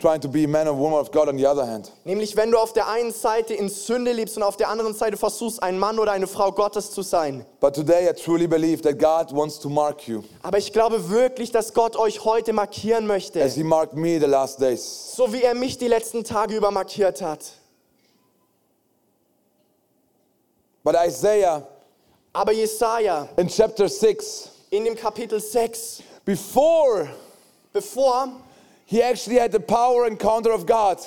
trying to be a man or woman of God on the other hand. Nämlich wenn du auf der einen Seite in Sünde lebst und auf der anderen Seite versuchst, ein Mann oder eine Frau Gottes zu sein. But today I truly believe that God wants to mark you Aber ich glaube wirklich, dass Gott euch heute markieren möchte. as He marked me the last days. So wie er mich die letzten Tage über markiert hat. But Isaiah Aber Jesaja in chapter 6, in dem Kapitel 6, before bevor, he actually had the power encounter of God,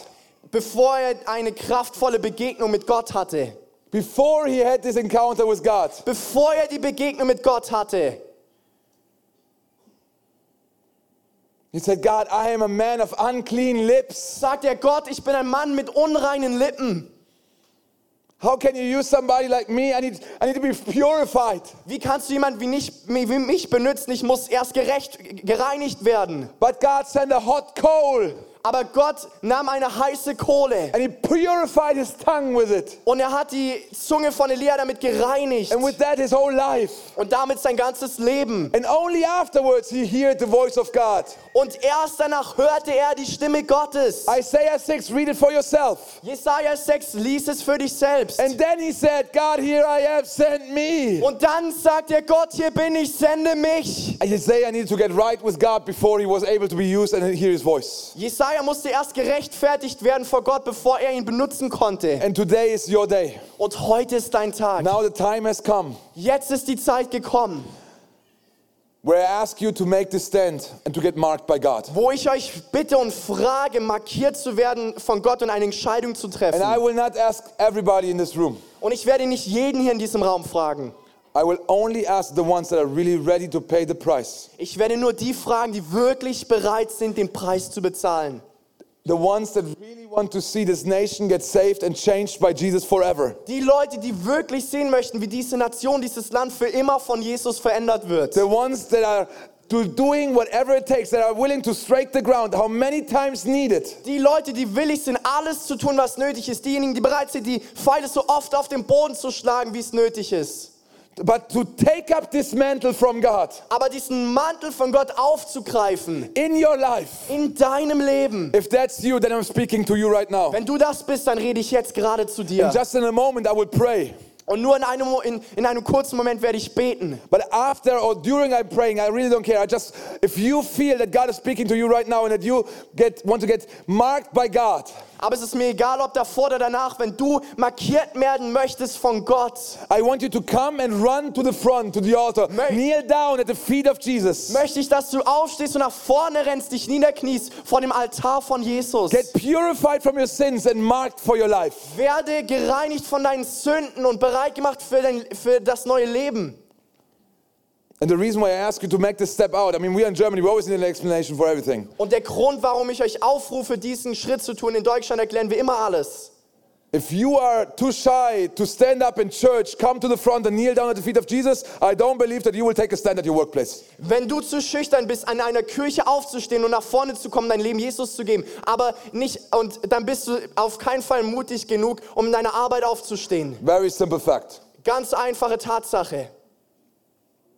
bevor er eine kraftvolle Begegnung mit Gott hatte, before he had this encounter with God, bevor er die Begegnung mit Gott hatte, he said, God, I am a man of unclean lips. sagt er Gott, ich bin ein Mann mit unreinen Lippen. How can you use somebody like me? I need, I need to be purified. Wie kannst du jemanden wie, nicht, wie mich benutzen? Ich muss erst gerecht, gereinigt werden. But God sent a hot coal Aber Gott nahm eine heiße Kohle and he purified his tongue with it. und er hat die Zunge von Elia damit gereinigt And with that, his whole life. und damit sein ganzes Leben. And only afterwards he heard the voice of God. Und erst danach hörte er die Stimme Gottes. Isaiah 6, read it for yourself. Jesaja 6, lies es für dich selbst. And then he said, God, here I am, send me. Und dann sagt er, Gott, hier bin ich, sende mich. Isaiah needed to get right with God before he was able to be used and hear his voice. Jesaja musste erst gerechtfertigt werden vor Gott, bevor er ihn benutzen konnte. And today is your day. Und heute ist dein Tag. Now the time has come Jetzt ist die Zeit gekommen, where I ask you to make this stand and to get marked by God. wo ich euch bitte und frage, markiert zu werden von Gott und eine Entscheidung zu And I treffen. will not ask everybody in this room. Und ich werde nicht jeden hier in diesem Raum fragen. I will only ask the ones that are really ready to pay the price. Ich werde nur die fragen, die wirklich bereit sind, den Preis zu bezahlen. The ones that really want to see this nation get saved and changed by Jesus forever. Die Leute, die wirklich sehen möchten, wie diese Nation, dieses Land für immer von Jesus verändert wird. The ones that are do- doing whatever it takes, that are willing to strike the ground, how many times needed. Die Leute, die willig sind, alles zu tun, was nötig ist. Diejenigen, die bereit sind, die Pfeile so oft auf den Boden zu schlagen, wie es nötig ist. But to take up this mantle from God Aber diesen Mantel von Gott aufzugreifen, in your life. in deinem Leben. If that's you, then I'm speaking to you right now. Wenn du das bist, dann rede ich jetzt gerade zu dir. Just in a moment, I will pray. Und nur in einem, Mo- in, in einem kurzen Moment werde ich beten. But after or during I'm praying, I really don't care. I just, if you feel that God is speaking to you right now and that you get, want to get marked by God, Aber es ist mir egal, ob davor oder danach, wenn du markiert werden möchtest von Gott, I want you to come and run to the front, to the altar, Mate. kneel down at the feet of Jesus. möchte ich, dass du aufstehst und nach vorne rennst, dich niederkniest vor dem Altar von Jesus. Get purified from your sins and marked for your life. Werde gereinigt von deinen Sünden und bereit gemacht für, dein, für das neue Leben. And the reason why I ask you to make this step out, I mean, we are in Germany, we always need an explanation for everything. Und der Grund, warum ich euch aufrufe, diesen Schritt zu tun, in Deutschland erklären wir immer alles. If you are too shy to stand up in church, come to the front and kneel down at the feet of Jesus, I don't believe that you will take a stand at your workplace. Wenn du zu schüchtern bist, an einer Kirche aufzustehen und nach vorne zu kommen, dein Leben Jesus zu geben, aber nicht, und dann bist du auf keinen Fall mutig genug, um in deiner Arbeit aufzustehen. Very simple fact. Ganz einfache Tatsache.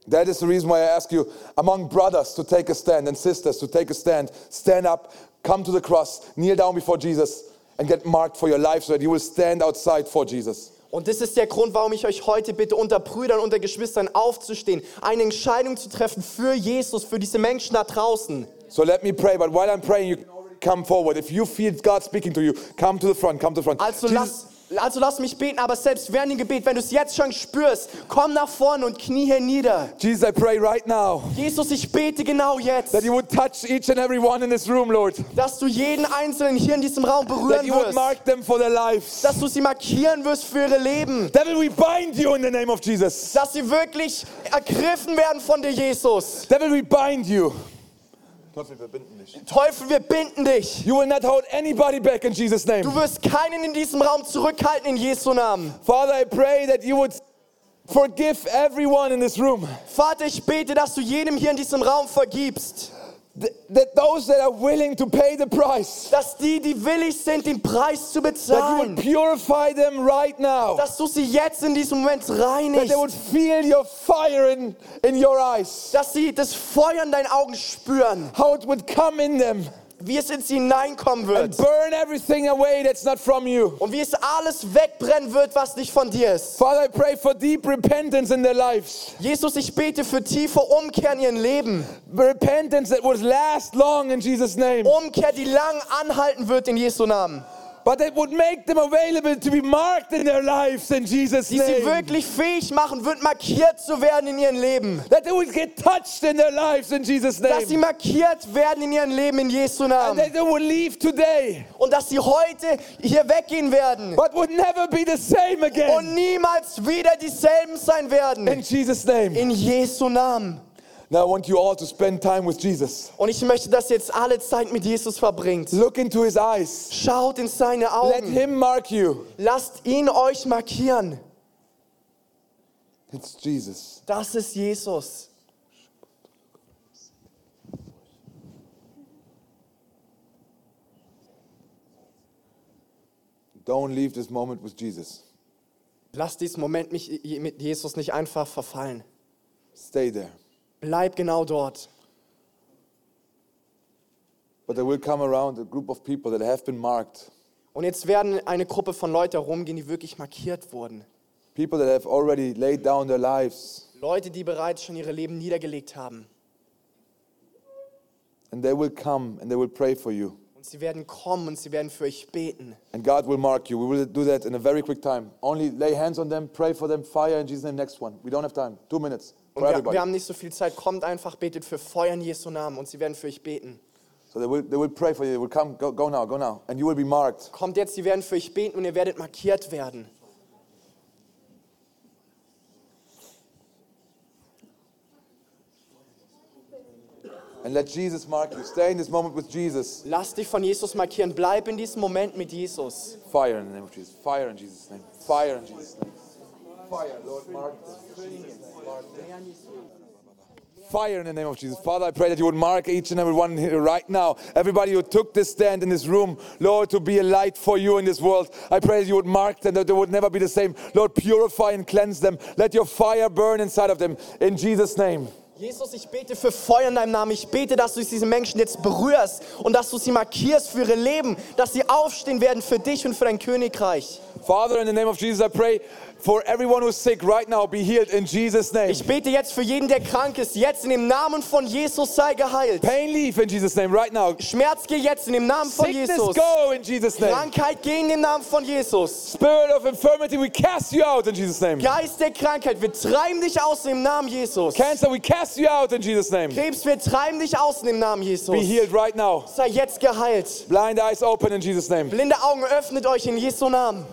That is the reason why I ask you, among brothers, to take a stand and sisters, to take a stand. Stand up, come to the cross, kneel down before Jesus, and get marked for your life so that you will stand outside for Jesus. Und das ist der Grund, warum ich euch heute bitte, unter Brüdern, unter Geschwistern aufzustehen, eine Entscheidung zu treffen für Jesus, für diese Menschen da draußen. So let me pray, but while I'm praying, you can already come forward. If you feel God speaking to you, come to the front, come to the front. Also Jesus, lass, Also lass mich beten, aber selbst während dem Gebet, wenn du es jetzt schon spürst, komm nach vorne und knie hier nieder. Jesus, I pray right now Jesus, ich bete genau jetzt, that you would touch each and every one in this room, Lord. dass du jeden Einzelnen hier in diesem Raum That berühren you would wirst, mark them for their lives. dass du sie markieren wirst für ihre Leben, Devil, we bind you in the name of Jesus. dass sie wirklich ergriffen werden von dir, Jesus. Devil, we bind you. Teufel, wir binden dich. You will not hold anybody back in Jesus' name. Du wirst keinen in diesem Raum zurückhalten in Jesu Namen. Father, I pray that you would forgive everyone in this room. Vater, ich bete, dass du jedem hier in diesem Raum vergibst. Th- that those that are willing to pay the price, Dass die, die willig sind, den Preis zu that you bezahlen, would purify them right now. dass du sie jetzt in diesem Moment That they reinigst, would feel your fire in, in your eyes. dass sie das Feuer in deinen Augen spüren, How it would come in them wie es in sie hineinkommen wird and burn everything away that's not from you. und wie es alles wegbrennen wird, was nicht von dir ist. Father, I pray for deep repentance in their lives. Jesus, ich bete für tiefe Umkehr in ihrem Leben. Repentance that would last long in Jesus' name. Umkehr, die lang anhalten wird in Jesu Namen. But it would make them available to be marked in their lives in Jesus' Die sie name. wirklich fähig machen wird, markiert zu werden in ihrem Leben. That they would get touched in their lives in Jesus' Dass sie name. markiert werden in ihrem Leben in Jesu And Namen. that they would leave today, Und dass sie heute hier weggehen werden but would never be the same und again. niemals wieder dieselben sein In werden. Jesus' name. In Jesu Namen. Now I want you all to spend time with Jesus. Und ich möchte, dass ihr jetzt alle Zeit mit Jesus verbringt. Look into his eyes. Schaut in seine Let Augen. him mark you. Lasst ihn euch markieren. It's Jesus. Das ist Jesus. Don't leave this moment with Jesus. Lasst diesen Moment mich mit Jesus nicht einfach verfallen. Stay there. Bleib genau dort. But there will come around a group of people that have been marked. Und jetzt werden eine Gruppe von Leuten herumgehen, die wirklich markiert wurden. People that have already laid down their lives. Leute, die bereits schon ihre Leben niedergelegt haben. And they will come and they will pray for you. Und sie werden kommen und sie werden für euch beten. And God will mark you. We will do that in a very quick time. Only lay hands on them, pray for them, fire in Jesus' name. Next one. We don't have time. Two minutes Und for wir, everybody. wir haben nicht so viel Zeit. Kommt einfach, betet für Feuer in Jesu Namen und sie werden für euch beten. So they will, they will pray for you. They will come. Go, go now. Go now. And you will be marked. Kommt jetzt, sie werden für euch beten und ihr werdet markiert werden. And let Jesus mark you. Stay in this moment with Jesus. Lass dich von Jesus markieren. Bleib in diesem Moment mit Jesus. Fire in the name of Jesus. Fire in Jesus' name. Fire in Jesus' name. Fire, Lord, mark them. Fire in the name of Jesus. Father, I pray that you would mark each and every one here right now. Everybody who took this stand in this room, Lord, to be a light for you in this world. I pray that you would mark them, that they would never be the same. Lord, purify and cleanse them. Let your fire burn inside of them. In Jesus' name. Jesus, ich bete für Feuer in deinem Namen. Ich bete, dass du diese Menschen jetzt berührst und dass du sie markierst für ihr Leben, dass sie aufstehen werden für dich und für dein Königreich. Father, in the name of Jesus, I pray for everyone who's sick right now, be healed in Jesus' name. Ich bete jetzt für jeden, der krank ist. Jetzt in dem Namen von Jesus sei geheilt. Pain leave in Jesus' name right now. Schmerz geh jetzt in dem Namen von Sickness Jesus. go in Jesus' name. Krankheit geh in dem Namen von Jesus. Spirit of infirmity, we cast you out in Jesus' name. Geist der Krankheit, wir treiben dich aus im Namen Jesus. Cancer, we cast you out in Jesus' name. Krebs, wir treiben dich aus im Namen Jesus. Be healed right now. Sei jetzt geheilt. Blind eyes open in Jesus' name. Blinde Augen öffnet euch in Jesu Namen.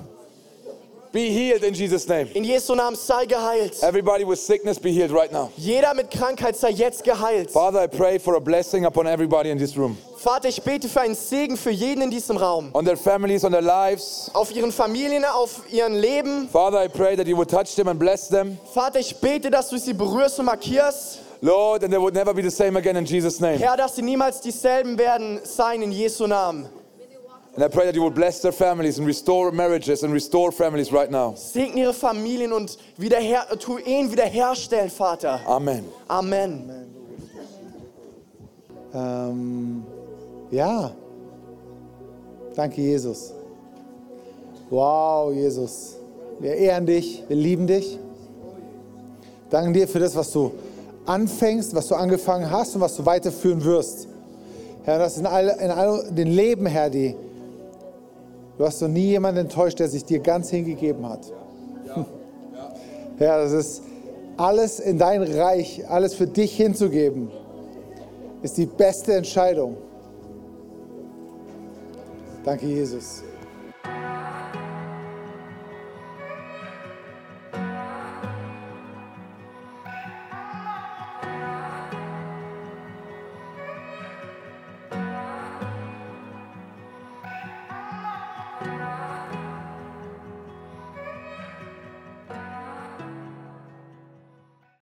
Be healed in Jesus' name. In Jesu Namen sei geheilt. Everybody with sickness, be healed right now. Jeder mit Krankheit sei jetzt geheilt. Father, I pray for a blessing upon everybody in this room, Vater, ich bete für einen Segen für jeden in diesem Raum. on their families, on their lives. Auf ihren Familien, auf ihren Leben. Father, I pray that you would touch them and bless them. Vater, ich bete, dass du sie berührst und markierst. Lord, and they would never be the same again in Jesus' name. Herr, dass sie niemals dieselben werden sein in Jesu Namen. And I pray that you would bless their families and restore marriages and restore families right now. Segne ihre Familien und wiederher, tu ihn wiederherstellen, Vater. Amen. Amen. Ähm, ja. Danke, Jesus. Wow, Jesus. Wir ehren dich, wir lieben dich. Danke dir für das, was du anfängst, was du angefangen hast und was du weiterführen wirst. Herr, dass in all, in all den Leben, Herr, die Du hast noch nie jemanden enttäuscht, der sich dir ganz hingegeben hat. <laughs> Ja, das ist alles in dein Reich, alles für dich hinzugeben, ist die beste Entscheidung. Danke, Jesus.